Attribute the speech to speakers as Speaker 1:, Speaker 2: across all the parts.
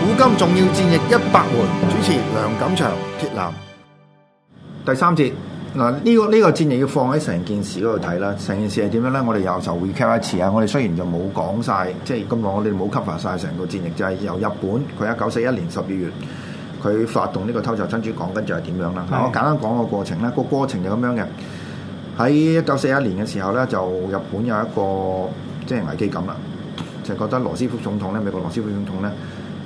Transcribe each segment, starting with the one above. Speaker 1: 古今重要戰役一百回，主持梁錦祥、鐵男。第三節嗱，呢、個呢、個戰役要放喺成件事嗰度睇啦。成件事係點樣咧？我哋又就 recap 一次啊。我哋雖然就冇講晒，即係咁講，我哋冇 cover 晒成個戰役，就係、由日本佢一九四一年十二月。佢發動呢個偷襲珍珠港，跟住係點樣啦？嗱，我簡單講個過程啦。個過程就咁樣嘅。喺一九四一年嘅時候咧，就日本有一個即係危機感啦，就覺得羅斯福總統咧，美國羅斯福總統咧，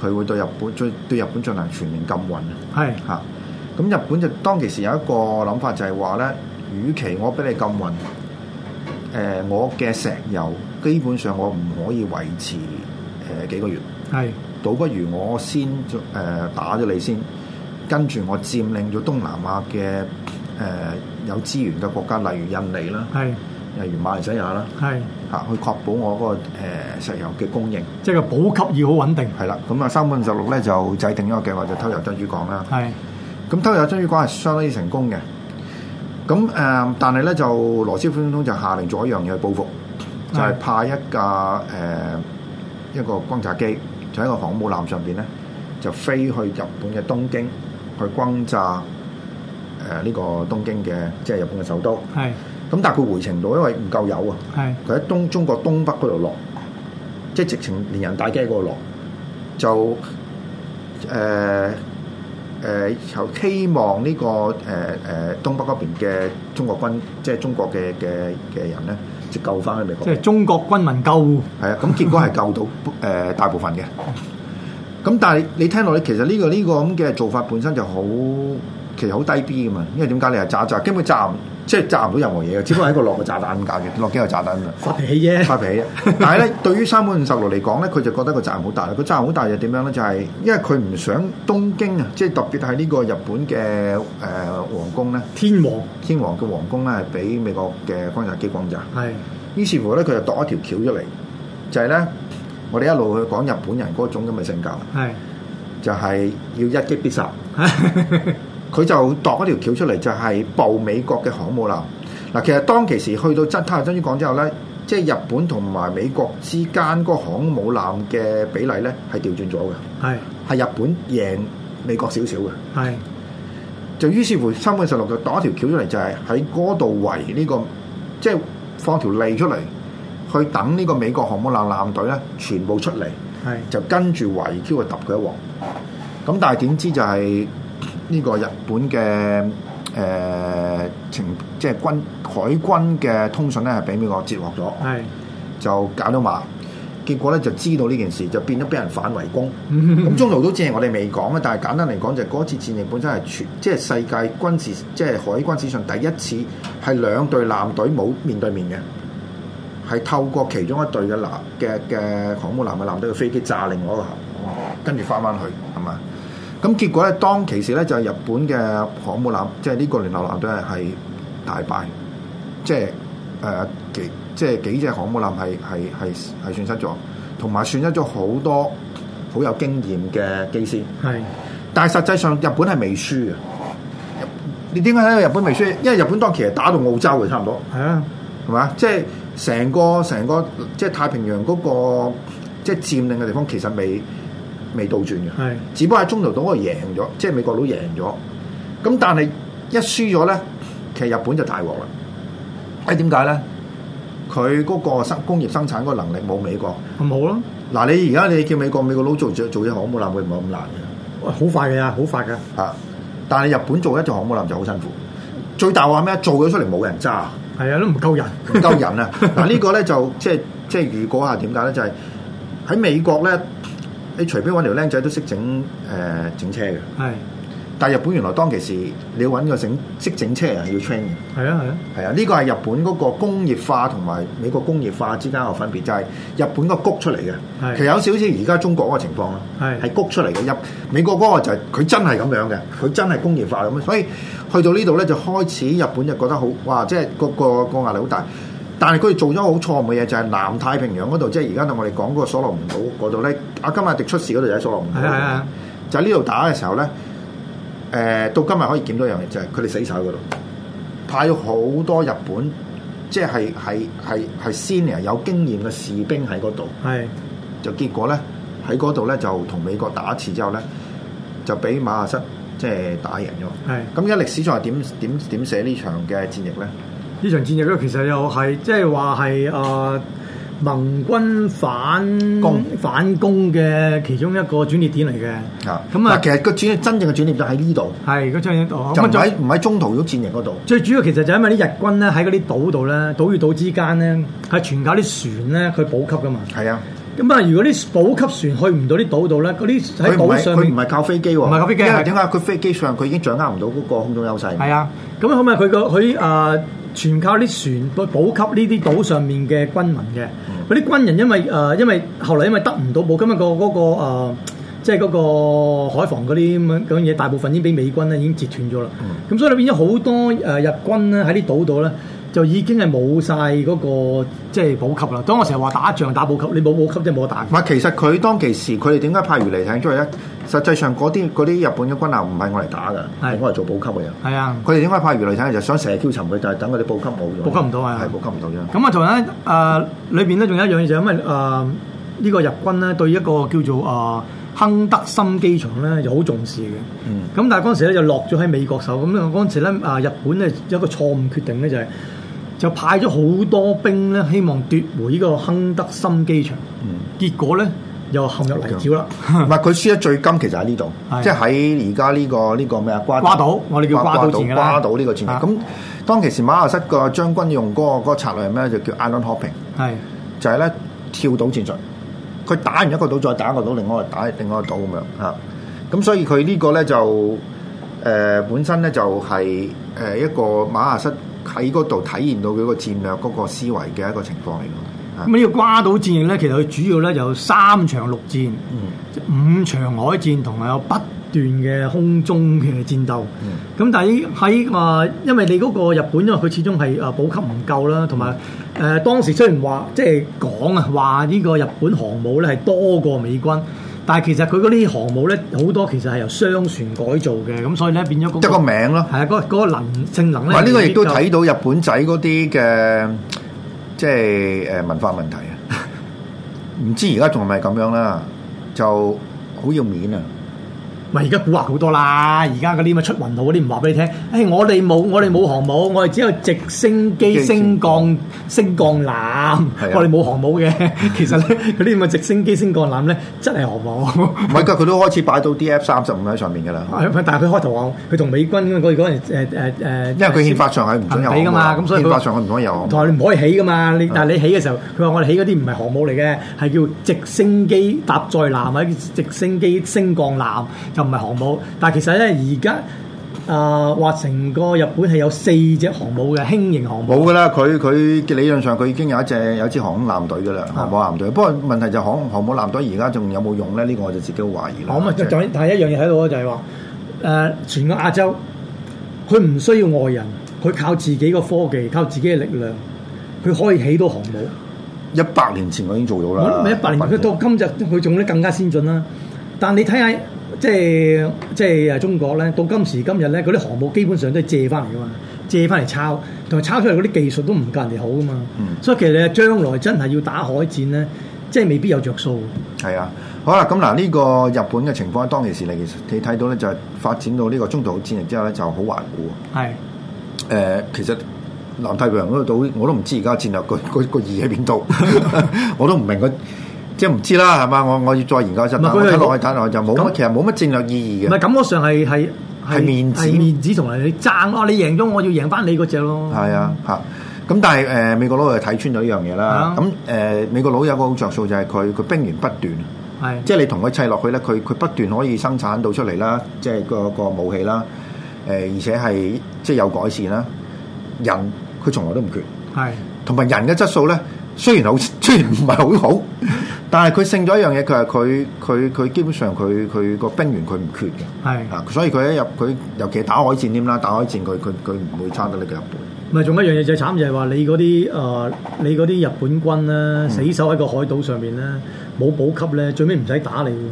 Speaker 1: 佢會對日本對對日本進行全面禁運啊
Speaker 2: 係
Speaker 1: 嚇。咁、日本就當其時有一個諗法就係話咧，與其我俾你禁運，誒、我嘅石油基本上我唔可以維持誒、幾個月。
Speaker 2: 係
Speaker 1: 倒不如我先誒、呃打咗你先，跟住我佔領咗東南亞嘅誒、呃有資源嘅國家，例如印尼啦，
Speaker 2: 係
Speaker 1: 例如馬來西亞啦，
Speaker 2: 係，
Speaker 1: 嚇、去確保我嗰、個、呃、石油嘅供應。
Speaker 2: 即係個補給要好穩定。
Speaker 1: 係啦，咁啊三本十六咧就制定咗個計劃，就偷油珍珠港啦。
Speaker 2: 係
Speaker 1: 咁偷油珍珠港係相當之成功嘅。咁誒、呃但係咧就羅斯福總統就下令做一樣嘢去報復，就係、
Speaker 2: 係
Speaker 1: 派一架誒、呃一個轟炸機，就喺個航母艦上邊咧，就飛去日本嘅東京去轟炸誒呢、個東京嘅即係日本嘅首都。
Speaker 2: 係
Speaker 1: 咁但係佢回程到，因為唔夠油啊，
Speaker 2: 係
Speaker 1: 佢喺東中國東北嗰度落，即係直情連人帶機嗰度落，就誒誒、就希望呢、個誒誒、東北嗰邊嘅中國軍，即係中國嘅嘅嘅人咧，就救翻去美國
Speaker 2: 即。係中國軍民救護。
Speaker 1: 係啊，咁結果係救到誒、呃大部分嘅。咁但係你聽落咧，其實呢、個呢、個咁嘅做法本身就好，其實好低 B 噶嘛。因為點解你係炸炸，根本炸唔即係炸唔到任何嘢嘅，只不過係一個落個炸彈咁解嘅，落幾個炸彈啊。
Speaker 2: 發脾氣啫，
Speaker 1: 發脾氣。但係咧，對於三本五十六嚟講咧，佢就覺得個責任好大啦。個責任好大就點樣咧？就係、因為佢唔想東京啊，即係特別係呢個日本嘅誒、呃皇宮咧，
Speaker 2: 天王
Speaker 1: 天皇嘅皇宮咧係俾美國嘅轟炸機轟炸。
Speaker 2: 係
Speaker 1: 於是乎咧，佢就度一條橋出嚟，就係、咧，我哋一路去講日本人嗰種咁嘅性格，
Speaker 2: 係
Speaker 1: 就係、要一擊必殺。佢就度一條橋出嚟，就係報美國嘅航母艦。嗱，其實當其時去到真太珍珠港之後咧，即係日本同埋美國之間嗰個航母艦嘅比例咧係調轉咗嘅，
Speaker 2: 係
Speaker 1: 係日本贏美國少少嘅。
Speaker 2: 係
Speaker 1: 就於是乎三本十六就度一條橋出嚟，就係喺嗰度圍呢、個，即係放條脷出嚟，去等呢個美國航母艦艦隊咧全部出嚟。
Speaker 2: 係
Speaker 1: 就跟住圍 Q 去揼佢一鑊。咁但係點知就係呢個日本嘅誒、呃情，即係軍海軍嘅通訊咧，係俾美國截獲咗，
Speaker 2: 係，
Speaker 1: 就搞到埋。結果咧就知道呢件事，就變咗俾人反圍攻。咁
Speaker 2: 嗯
Speaker 1: 中途都只係我哋未講啊嘅，但係簡單嚟講就係嗰次戰役本身係全，即係世界軍事，即係海軍史上第一次係兩隊艦隊冇面對面嘅，係透過其中一隊嘅艦嘅嘅航母艦嘅艦隊嘅飛機炸另外一個航母跟住翻翻去係嘛？咁結果咧，當其時咧就係日本嘅航母艦，即係呢個聯合艦隊係係大敗，即係誒、呃幾即係幾隻航母艦係係係係損失咗，同埋損失咗好多好有經驗嘅機師。
Speaker 2: 係
Speaker 1: 但係實際上日本係未輸嘅。日你點解睇到日本未輸？因為日本當期係打到澳洲嘅差唔多，
Speaker 2: 係啊，
Speaker 1: 係嘛？即係成個成個即係太平洋嗰、個即係佔領嘅地方，其實未未倒轉嘅。
Speaker 2: 係
Speaker 1: 只不過喺中途島嗰度贏咗，即係美國佬贏咗。咁但係一輸咗咧，其實日本就大鑊啦。誒點解咧？佢嗰個生工業生產嗰個能力冇美國。
Speaker 2: 咁好咯，
Speaker 1: 嗱，你而家你叫美國美國佬做做做嘢航母艦會唔會咁難嘅？
Speaker 2: 喂好快嘅呀，好快嘅，
Speaker 1: 嚇！但係日本做一隻航母艦就好辛苦。最大話咩？做咗出嚟冇人揸，
Speaker 2: 係啊，都唔夠人，
Speaker 1: 唔夠人 啊！嗱，呢個咧就即係即係預告下點解咧？就係、喺美國咧，誒、你隨便揾條僆仔都識整誒整車嘅。
Speaker 2: 係
Speaker 1: 但係日本原來當其時，你要揾個整識整車人要 train 嘅。
Speaker 2: 係啊係啊，
Speaker 1: 係啊，呢個係日本嗰個工業化同埋美國工業化之間嘅分別，就係、日本個谷出嚟嘅，
Speaker 2: 係
Speaker 1: 其實有少少而家中國嗰個情況啦，
Speaker 2: 係
Speaker 1: 係谷出嚟嘅。日美國嗰個就係、佢真係咁樣嘅，佢真係工業化咁樣，所以去到呢度咧就開始日本就覺得好哇，即係個個個壓力好大。但係佢哋做咗好錯誤嘅嘢，就係、南太平洋嗰度，即係而家我哋講嗰個所羅門島嗰度咧，阿金馬迪出事嗰度就喺所羅門島
Speaker 2: 係
Speaker 1: 嗰
Speaker 2: 啊
Speaker 1: 度。
Speaker 2: 係啊，
Speaker 1: 就喺呢度打嘅時候咧，誒、到今日可以見到一樣嘢，就係佢哋死守嗰度派咗好多日本，即係係係係 senior 有經驗嘅士兵喺嗰度，
Speaker 2: 係
Speaker 1: 就結果咧喺嗰度咧就同美國打一次之後咧，就俾馬亞瑟即係打贏咗。
Speaker 2: 係。
Speaker 1: 咁而家歷史上係點點點寫呢場嘅戰役咧？
Speaker 2: 呢場戰役咧，其實又係即係話係啊盟軍反
Speaker 1: 攻
Speaker 2: 反攻嘅其中一個轉捩點嚟嘅。
Speaker 1: 啊，
Speaker 2: 咁啊
Speaker 1: 嗱其實個轉真正嘅轉捩就喺呢度，
Speaker 2: 係嗰場哦
Speaker 1: 就唔
Speaker 2: 咁啊
Speaker 1: 喺唔喺中途島戰役嗰度。
Speaker 2: 最主要其實就因為啲日軍咧喺嗰啲島度咧，島與島之間咧係全靠啲船咧去補給噶嘛。
Speaker 1: 係啊，
Speaker 2: 咁啊，如果啲補給船去唔到啲島度咧，嗰啲
Speaker 1: 佢
Speaker 2: 喺
Speaker 1: 唔
Speaker 2: 島
Speaker 1: 係
Speaker 2: 上
Speaker 1: 佢唔
Speaker 2: 面
Speaker 1: 係靠飛機喎，
Speaker 2: 唔係靠飛機
Speaker 1: 因為
Speaker 2: 係
Speaker 1: 點解佢飛機上佢已經掌握唔到嗰個空中優勢。
Speaker 2: 係啊，咁後咪佢個佢啊，全靠啲船補給呢啲島上面嘅軍民嘅。嗰啲軍人因為啊，因為後來因為得唔到補給，因為個嗰個啊，即係嗰個海防嗰啲咁樣咁樣嘢，大部分已經俾美軍咧已經截斷咗啦。咁所以變咗好多誒呃日軍咧喺啲島度咧。就已經係冇晒嗰個即係補給啦。當我成日話打仗打補給，你冇補給即係冇得打。
Speaker 1: 唔係，其實佢當其時，佢哋點解派魚雷艇出去咧？實際上嗰啲嗰啲日本嘅軍艦唔係我嚟打㗎，係
Speaker 2: 係
Speaker 1: 我嚟做補給嘅人。
Speaker 2: 係啊，
Speaker 1: 佢哋點解派魚雷艇就想射 Q 沉佢，就係等佢哋補給冇咗。
Speaker 2: 補給唔到啊
Speaker 1: 係補給唔到啫。
Speaker 2: 咁啊，同埋咧，誒裏邊咧仲有一樣嘢就係因為誒呃呢、個日軍咧對一個叫做誒、呃亨德森機場咧就好重視嘅。
Speaker 1: 嗯
Speaker 2: 咁但係嗰陣時咧就落咗喺美國手，咁嗰陣時咧啊日本咧有一個錯誤決定咧就係、就派咗好多兵咧，希望奪回呢個亨德森機場。
Speaker 1: 嗯，
Speaker 2: 結果咧又陷入泥沼啦。
Speaker 1: 唔係佢輸得最金，其實喺呢度，
Speaker 2: 係
Speaker 1: 即係喺而家呢個呢個咩啊瓜
Speaker 2: 瓜島我哋叫瓜島戰㗎啦
Speaker 1: 瓜島呢個戰役。
Speaker 2: 啊
Speaker 1: 咁當其時馬來西亞個將軍用嗰個嗰個策略係咩咧？就叫 island hopping。
Speaker 2: 係
Speaker 1: 就 係咧跳島戰術，佢打完一個島再打一個島，另外打另外一個島咁樣嚇。咁所以佢呢個咧就誒、呃本身咧就係、誒一個馬亞瑟喺嗰度體現到佢個戰略嗰個思維嘅一個情況嚟咯。啊
Speaker 2: 咁呢個瓜島戰役咧，其實佢主要咧有三場陸戰。
Speaker 1: 嗯
Speaker 2: 五場海戰同埋有不斷嘅空中嘅戰鬥。咁、
Speaker 1: 嗯
Speaker 2: 但係喺啊，因為你嗰個日本，因為佢始終係啊補給唔夠啦，同埋
Speaker 1: 嗯
Speaker 2: 誒當時雖然話即係講啊話呢個日本航母咧係多過美軍。但係其實佢嗰啲航母咧，好多其實係由商船改造嘅，咁所以咧變咗嗰、
Speaker 1: 即係個
Speaker 2: 個係
Speaker 1: 名咯。
Speaker 2: 啊，嗰、個嗰個能性能
Speaker 1: 唔
Speaker 2: 咧。
Speaker 1: 係呢個亦都睇到日本仔嗰啲嘅即係誒文化問題啊。唔知而家仲係咪咁樣啦？就好要面啊！
Speaker 2: 喂，而家古惑好多啦！而家嗰啲咪出雲號嗰啲唔話俾你聽，誒、我哋冇我哋冇航母，我哋只有直升機
Speaker 1: 機
Speaker 2: 升降升降艦，
Speaker 1: 係啊
Speaker 2: 我哋冇航母 嘅。其實咧，嗰啲咁嘅直升機升降艦咧，真係航母。
Speaker 1: 唔係㗎，佢都開始擺到 D F 三十五喺上面㗎啦。
Speaker 2: 但係佢開頭話佢同美軍嗰嗰陣誒誒誒，
Speaker 1: 因為佢憲法上係唔准有
Speaker 2: 唔俾㗎嘛，咁所以佢
Speaker 1: 憲法上佢唔可以有航母
Speaker 2: 同埋你唔可以起噶嘛。你
Speaker 1: 嗯
Speaker 2: 但係你起嘅時候，佢話我哋起嗰啲唔係航母嚟嘅，係叫直升機搭載艦或者直升機升降艦，就唔係航母。但係其實咧，而家啊話成個日本係有四隻航母嘅輕型航母。
Speaker 1: 冇噶啦，佢佢嘅理論上佢已經有一隻有一支航空艦隊噶啦，
Speaker 2: 啊
Speaker 1: 航母艦隊。不過問題就航航母艦隊而家仲有冇用咧？呢、個我就自己好懷疑啦。
Speaker 2: 我咪
Speaker 1: 即係
Speaker 2: 仲有啊但係一樣嘢喺度就係話誒，全個亞洲佢唔需要外人，佢靠自己個科技，靠自己嘅力量，佢可以起到航母。
Speaker 1: 一百年前我已經做到啦。
Speaker 2: 咪一百年，佢到今日佢仲咧更加先進啦。但你睇下，即係即係誒啊中國咧，到今時今日咧，嗰啲航母基本上都係借翻嚟噶嘛，借翻嚟抄，同埋抄出嚟嗰啲技術都唔夠人哋好噶嘛。
Speaker 1: 嗯
Speaker 2: 所以其實你將來真係要打海戰咧，即係未必有着數。
Speaker 1: 係啊，好啦，咁嗱呢個日本嘅情況當其時你其實你睇到咧就係發展到呢個中途島戰役之後咧就好頑固。啊
Speaker 2: 係
Speaker 1: 誒、呃其實南太平洋嗰度島我都唔知而家戰略個 個個意喺邊度， 我都唔明佢。即係唔知啦，係嘛？我我要再研究一陣
Speaker 2: 唔係
Speaker 1: 啦。
Speaker 2: 佢
Speaker 1: 我睇落去
Speaker 2: 係
Speaker 1: 睇落去就冇乜，
Speaker 2: 咁
Speaker 1: 其實冇乜戰略意義
Speaker 2: 唔
Speaker 1: 嘅
Speaker 2: 係。感覺上係係
Speaker 1: 係面子
Speaker 2: 係面子同埋你爭哦，你贏咗我要贏翻你嗰只咯。
Speaker 1: 係啊，嚇！咁但係誒、呃美國佬就睇穿咗呢樣嘢啦。
Speaker 2: 啊
Speaker 1: 咁誒、呃美國佬有個好着數就係佢佢兵源不斷，
Speaker 2: 係
Speaker 1: 即係你同佢砌落去咧，佢佢不斷可以生產到出嚟啦，即係個個武器啦，誒、而且係即係有改善啦。人佢從來都唔缺，
Speaker 2: 係
Speaker 1: 同埋人嘅質素咧，雖然好 雖然唔係好好，但係佢勝咗一樣嘢，佢係佢佢佢基本上佢佢個兵源佢唔缺嘅。
Speaker 2: 係。
Speaker 1: 啊！所以佢一入佢，尤其打海戰添啦，打海戰佢佢佢唔會差得你嘅日本。
Speaker 2: 唔係，仲有一樣嘢最慘就係話你嗰啲誒，你嗰啲日本軍咧，
Speaker 1: 嗯
Speaker 2: 死守喺個海島上面咧，冇補給咧，最尾唔使打你喎，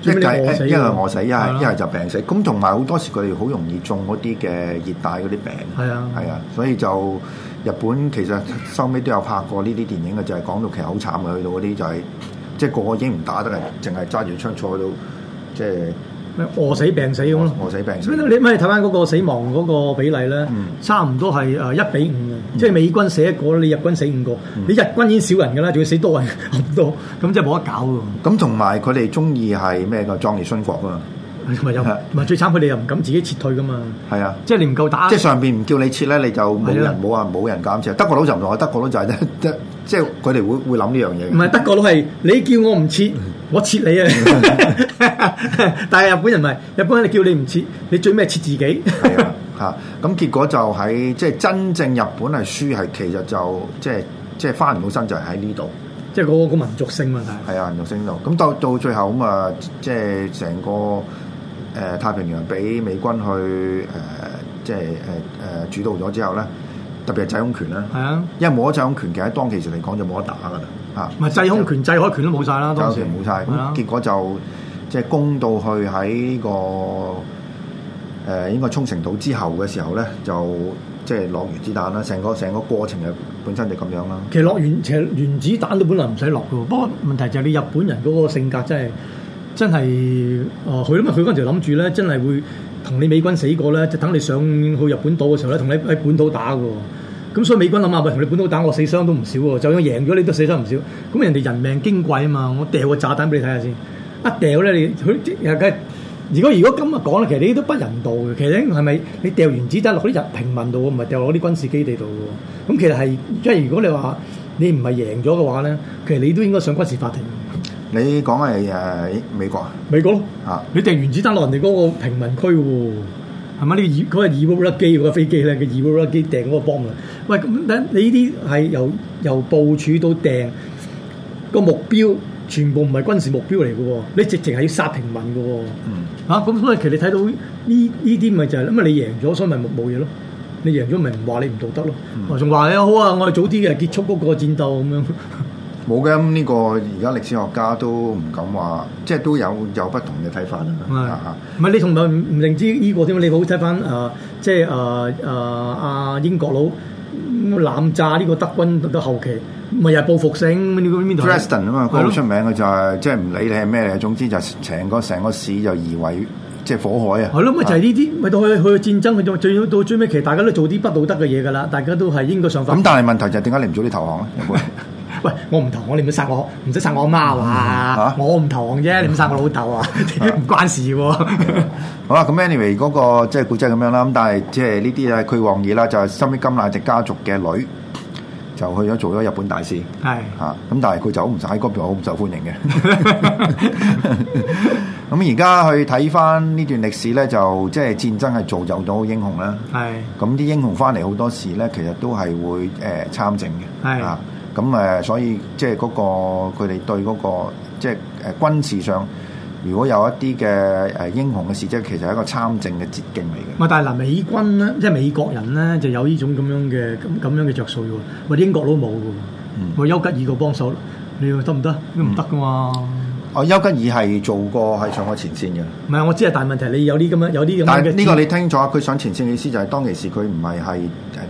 Speaker 2: 最尾
Speaker 1: 一
Speaker 2: 你
Speaker 1: 係
Speaker 2: 餓死喎，
Speaker 1: 一係餓死，一係
Speaker 2: 啦
Speaker 1: 一係就病死。咁同埋好多時佢哋好容易中嗰啲嘅熱帶嗰啲病。
Speaker 2: 係啊
Speaker 1: 係啊，所以就日本其實收尾都有拍過呢啲電影嘅，就係講到其實好慘嘅，去到嗰啲就係即係個個已經唔打得啦，淨係揸住槍坐喺度，即係
Speaker 2: 咩餓死病死咁咯。
Speaker 1: 餓死病死
Speaker 2: 所以。你咪睇翻嗰個死亡嗰個比例咧，
Speaker 1: 嗯
Speaker 2: 差唔多係誒一比五嘅，即係美軍死一個，你日軍死五個，
Speaker 1: 嗯
Speaker 2: 你日軍已經少人㗎啦，仲要死多人 咁多，咁真係冇得搞喎。
Speaker 1: 咁同埋佢哋中意係咩嘅？壯烈殉國啊嘛，
Speaker 2: 同埋又唔唔係最慘，佢哋又唔敢自己撤退㗎嘛，
Speaker 1: 係啊。
Speaker 2: 即係你唔夠打，
Speaker 1: 即係上邊唔叫你切咧，你就冇
Speaker 2: 係啊
Speaker 1: 人冇話冇人減切。德國佬就唔同，啊德國佬就係即係即係佢哋會會諗呢樣嘢
Speaker 2: 唔
Speaker 1: 嘅。
Speaker 2: 係德國佬係你叫我唔切，
Speaker 1: 嗯
Speaker 2: 我切 你啊！但係日本人唔係，日本人叫你唔切，你最咩切自己？
Speaker 1: 係啊， 嚇咁結果就喺即係真正日本係輸係其實就即係即係翻唔到身就係喺呢度，
Speaker 2: 即係嗰個民族性問題。
Speaker 1: 係啊，唔到呢度。咁到到最後咁啊，即係成個誒、呃太平洋俾美軍去誒、呃即係誒誒主導咗之後咧，特別係制空權啦，
Speaker 2: 係啊，
Speaker 1: 因為冇咗制空權，其實喺當其時嚟講就冇得打㗎啦，嚇。
Speaker 2: 咪制空權、制海權都冇晒啦，當
Speaker 1: 當
Speaker 2: 時
Speaker 1: 時冇晒，
Speaker 2: 係啊
Speaker 1: 咁結果就即係攻到去喺呢個誒應該沖繩島之後嘅時候咧，就即係落原子彈啦，成個成個過程就本身就咁樣啦。
Speaker 2: 其實落原其實原子彈都本來唔使落嘅喎，不過問題就係你日本人嗰個性格真係真係誒，呃佢因為佢嗰陣時諗住咧，真係會同你美軍死過咧，就等你上去日本島嘅時候咧，同你喺本島打嘅喎。咁所以美軍諗下，喂，同你本島打，我死傷都唔少喎，就算贏咗你都死傷唔少。咁人哋人命矜貴啊嘛，我掉個炸彈俾你睇下先，一掉咧你佢又梗係如果如果咁日講咧，其實呢啲都不人道嘅。其實係咪你掉原子彈落啲人平民度，唔係掉落啲軍事基地度嘅喎？咁其實係即係如果你話你唔係贏咗嘅話咧，其實你都應該上軍事法庭。
Speaker 1: 你講係誒美國啊
Speaker 2: 美國咯，
Speaker 1: 啊？
Speaker 2: 你掟原子彈落人哋嗰個平民區喎，係咪？呢個二嗰個 e v o l 機嗰個飛機咧，嘅 e v o l 機掟嗰個 bomb 啊！喂，咁等你呢啲係由由部署到掟個目標，全部唔係軍事目標嚟嘅喎，你直情係要殺平民嘅喎。
Speaker 1: 嗯，
Speaker 2: 嚇咁、所以其實你睇到呢呢啲咪就係、因為你贏咗，所以咪冇冇嘢咯。你贏咗咪唔話你唔道德咯，
Speaker 1: 嗯
Speaker 2: 我仲話你好啊，我哋早啲嘅結束嗰個戰鬥咁樣。
Speaker 1: 冇嘅，咁呢個而家歷史學家都唔敢話，即係都有有不同嘅睇法啦。
Speaker 2: 係
Speaker 1: 啊
Speaker 2: 唔係你同埋唔唔認知呢個添，你好睇翻誒，即係誒誒阿英國佬嗯濫炸呢個德軍到後期，咪又係報復性邊度邊度
Speaker 1: Dresden 啊嘛，佢
Speaker 2: 係
Speaker 1: 好
Speaker 2: 咯
Speaker 1: 出名嘅就係即係唔理你係咩嚟，總之就成個成個市就夷為即係火海啊。
Speaker 2: 係咯，咪就係呢啲，咪到去去戰爭，去到最到最尾期，大家都做啲不道德嘅嘢㗎啦，大家都係應該 上法
Speaker 1: 咁但係問題就係點解你唔早啲投降咧？日本
Speaker 2: 喂，我唔堂，我你唔使殺
Speaker 1: 啊
Speaker 2: 我，唔使殺我媽
Speaker 1: 嚇
Speaker 2: 啊！我唔堂啫，你唔殺我老豆啊， 唔關事喎。
Speaker 1: 好啦，咁 anyway 嗰、個即係古仔咁樣啦，咁但係即係呢啲係佢王二啦，就係收尾金乃迪家族嘅女就去咗做咗日本大使
Speaker 2: 係
Speaker 1: 嚇，咁、但係佢就好唔使喺嗰邊好唔受歡迎嘅。咁而家去睇翻呢段歷史咧，就即係戰爭係造就到英雄啦。
Speaker 2: 係
Speaker 1: 咁啲英雄翻嚟好多時咧，其實都係會誒、呃、參政嘅，
Speaker 2: 係
Speaker 1: 啊，咁誒、呃所以即係嗰、個佢哋對嗰、個即係誒、呃、軍事上，如果有一啲嘅誒英雄嘅事蹟，其實係一個參政嘅捷徑嚟嘅。
Speaker 2: 咪但係嗱，美軍咧，即係美國人咧，就有呢種咁樣嘅咁咁樣嘅着數嘅喎。喂，英國佬冇嘅
Speaker 1: 嗯
Speaker 2: 喎，喂，丘吉爾個幫手，你話得唔得？都唔得噶嘛。
Speaker 1: 哦，丘吉爾係做過係上過前線嘅，
Speaker 2: 唔係，我知係大問題，你有啲咁樣有啲咁樣
Speaker 1: 但
Speaker 2: 嘅
Speaker 1: 係呢個你聽咗，佢上前線嘅意思就係當其時佢唔係係誒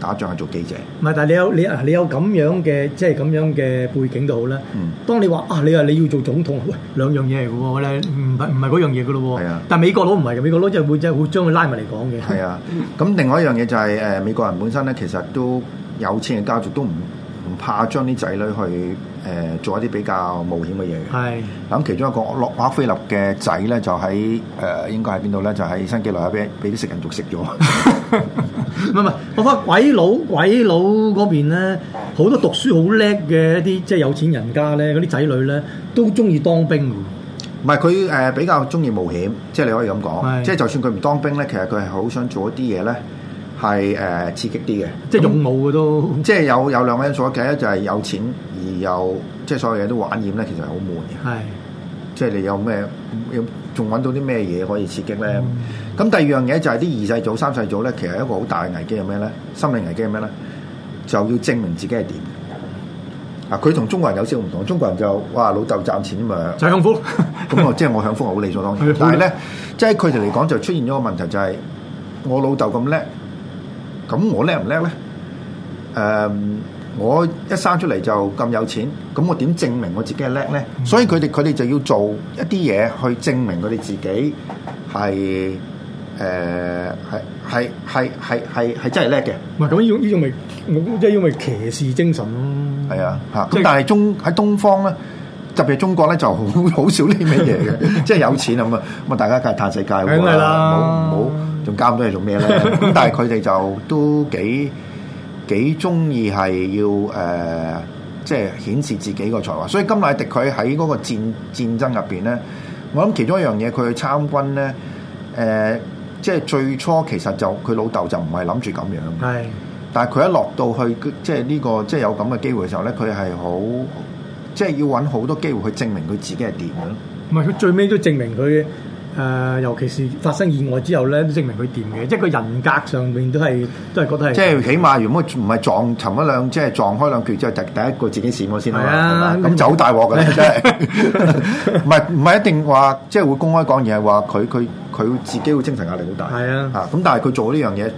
Speaker 1: 打仗係做記者，
Speaker 2: 唔係，但係你有你啊，你有咁樣嘅即係咁樣嘅背景都好啦。
Speaker 1: 嗯
Speaker 2: 當你話啊，你話你要做總統，喂，兩樣嘢嚟嘅喎，咧唔係唔係嗰樣嘢嘅咯喎。
Speaker 1: 係啊
Speaker 2: 但係美國佬唔係嘅，美國佬就會即係會將佢拉埋嚟講嘅。
Speaker 1: 係啊。咁另外一樣嘢就係、誒、美國人本身咧，其實都有錢嘅家族都唔唔怕將啲仔女去誒、呃做一啲比較冒險嘅嘢嘅。
Speaker 2: 係
Speaker 1: 咁其中一個洛克菲勒嘅仔咧，就喺誒、呃、應該喺邊度咧？就喺新幾內亞俾俾啲食人族食咗。
Speaker 2: 唔係唔係，我發覺鬼佬鬼佬嗰邊咧，好多讀書好叻嘅一啲即係有錢人家咧，嗰啲仔女咧都中意當兵嘅喎。
Speaker 1: 唔係佢誒比較中意冒險，即係你可以咁講，
Speaker 2: 係
Speaker 1: 即係就算佢唔當兵咧，其實佢係好想做一啲嘢咧係誒刺激啲嘅，
Speaker 2: 即係勇武嘅都
Speaker 1: 即係有有兩個因素嘅，一就係有錢而有即係所有嘢都玩厭咧，其實係好悶嘅。
Speaker 2: 係
Speaker 1: 即係你有咩有仲揾到啲咩嘢可以刺激咧？咁、第二樣嘢就係啲二世祖、三世祖咧，其實一個好大嘅危機係咩咧？心理危機係咩咧？就要證明自己係點。啊！佢同中國人有少少唔同，中國人就哇老豆賺錢嘛，
Speaker 2: 就係幸福，
Speaker 1: 咁我即係我享福好理所當然
Speaker 2: 係。好
Speaker 1: 但係咧，即係佢哋嚟講就出現咗個問題就係、我老豆咁叻，咁我叻唔叻咧？誒、我一生出嚟就咁有錢，咁我點證明我自己係叻咧？所以佢哋佢哋就要做一啲嘢去證明佢哋自己係誒係係係係係係真係叻嘅。
Speaker 2: 唔係咁呢種呢種咪我即係呢種咪騎士精神咯。
Speaker 1: 係啊，嚇！
Speaker 2: 嗯即
Speaker 1: 咁
Speaker 2: 係
Speaker 1: 但係中喺東方咧，特別係中國咧就好 好少呢味嘢 嘅，即係有錢啊咁啊，咁啊大家梗係嘆世界喎，
Speaker 2: 梗係
Speaker 1: 唔
Speaker 2: 啦
Speaker 1: 好唔好仲加咁多嘢做咩 咧？咁但係佢哋就都幾幾中意係要誒。呃即係顯示自己個才華，所以金乃迪佢喺嗰個戰戰爭入邊咧，我諗其中一樣嘢佢去參軍咧，誒、即係最初其實就佢老豆就唔係諗住咁樣嘅
Speaker 2: 係
Speaker 1: 但係佢一落到去即係呢、個即係有咁嘅機會嘅時候咧，佢係好即係要揾好多機會去證明佢自己係點嘅咯。
Speaker 2: 唔係佢最尾都證明佢誒、呃尤其是發生意外之後咧，都證明佢掂嘅，即係個人格上面都係都係覺得係
Speaker 1: 即係起碼如果唔係撞沉一兩，即係撞開兩橛之後，第第一個自己閃咗先
Speaker 2: 係
Speaker 1: 啦
Speaker 2: 啊，
Speaker 1: 係嘛咁就好大鑊㗎 啦，真係唔係唔係一定話即係會公開講，而係話佢佢佢自己會精神壓力好大。
Speaker 2: 係啊
Speaker 1: 啊咁但係佢做呢樣嘢，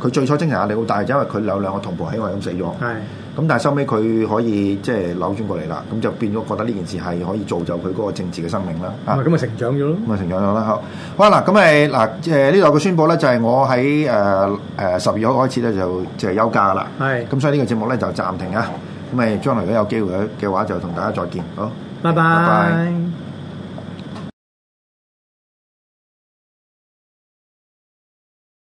Speaker 1: 佢最初精神壓力好大，就因為佢有兩個同步喺外咁死咗。
Speaker 2: 係
Speaker 1: 咁但係收尾佢可以即係扭轉過嚟啦，咁就變咗覺得呢件事係可以造就佢嗰個政治嘅生命啦。啊
Speaker 2: 咪咁咪成長咗咯。
Speaker 1: 咁啊，成長咗啦，好。好啦，嗱，咁誒嗱誒呢度有個宣佈咧，就係我喺誒誒十二號開始咧就就係休假㗎啦。
Speaker 2: 係
Speaker 1: 咁所以呢個節目咧就暫停啊。咁誒，將來如果有機會嘅話，就同大家再見。好，拜
Speaker 2: 拜
Speaker 1: 拜
Speaker 2: 拜